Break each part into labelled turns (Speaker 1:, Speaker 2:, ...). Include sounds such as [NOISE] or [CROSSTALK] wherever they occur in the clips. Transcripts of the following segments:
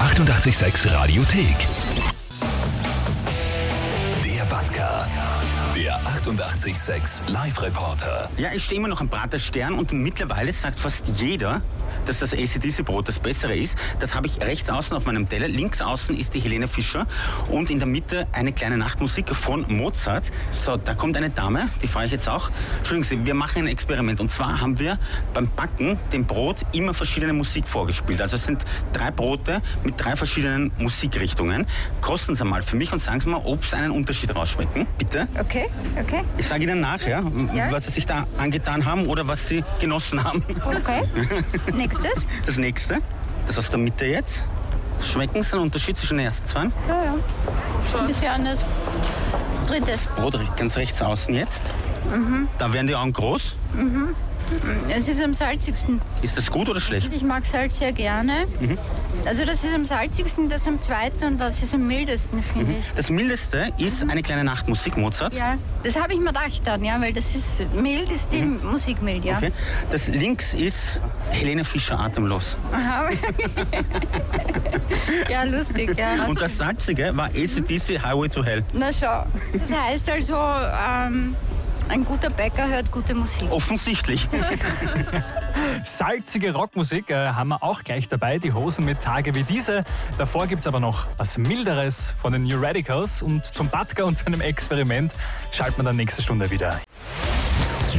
Speaker 1: 886 Radiothek. Der Batka. Der 886 Live-Reporter.
Speaker 2: Ja, ich stehe immer noch am Prater Stern und mittlerweile sagt fast jeder, dass das ACDC-Brot das bessere ist. Das habe ich rechts außen auf meinem Teller. Links außen ist die Helene Fischer und in der Mitte eine kleine Nachtmusik von Mozart. So, da kommt eine Dame, die frage ich jetzt auch. Entschuldigen Sie, wir machen ein Experiment. Und zwar haben wir beim Backen dem Brot immer verschiedene Musik vorgespielt. Also es sind drei Brote mit drei verschiedenen Musikrichtungen. Kosten Sie mal für mich und sagen Sie mal, ob es einen Unterschied rausschmecken. Bitte.
Speaker 3: Okay, okay,
Speaker 2: Ich sage Ihnen nach, ja,
Speaker 3: Ja.
Speaker 2: was Sie sich da angetan haben oder was Sie genossen haben. [LAUGHS]
Speaker 3: okay. Nächstes?
Speaker 2: Das nächste, das aus der Mitte jetzt. Schmecken Sie einen Unterschied zwischen den ersten zwei?
Speaker 3: Ja, ja. Ist ein bisschen anders. Drittes.
Speaker 2: Brot ganz rechts außen jetzt.
Speaker 3: Mhm.
Speaker 2: Da werden die Augen groß.
Speaker 3: Es ist am salzigsten.
Speaker 2: Ist das gut oder schlecht?
Speaker 3: Ich mag Salz sehr gerne.
Speaker 2: Mhm.
Speaker 3: Also das ist am salzigsten, das am zweiten und das ist am mildesten, finde ich.
Speaker 2: Das mildeste ist eine kleine Nachtmusik, Mozart.
Speaker 3: Mhm. Ja, das habe ich mir gedacht dann, ja, weil das ist mild, ist die Musik mild, ja.
Speaker 2: Mhm. Okay. Das links ist Helene Fischer atemlos. [LAUGHS]
Speaker 3: Aha. ja, lustig, ja. Also,
Speaker 2: Und das salzige war ACDC Highway to Hell.
Speaker 3: Na schau. Das heißt also, ähm, ein guter Bäcker hört gute Musik.
Speaker 2: Offensichtlich.
Speaker 4: Salzige Rockmusik äh, haben wir auch gleich dabei, die Hosen mit Tage wie diese. Davor gibt's aber noch was Milderes von den New Radicals und zum Batka und seinem Experiment schalten wir dann nächste Stunde wieder.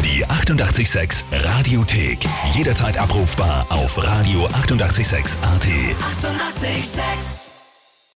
Speaker 1: Die 886 Radiothek. Jederzeit abrufbar auf radio886.at. 886! 886.
Speaker 5: 886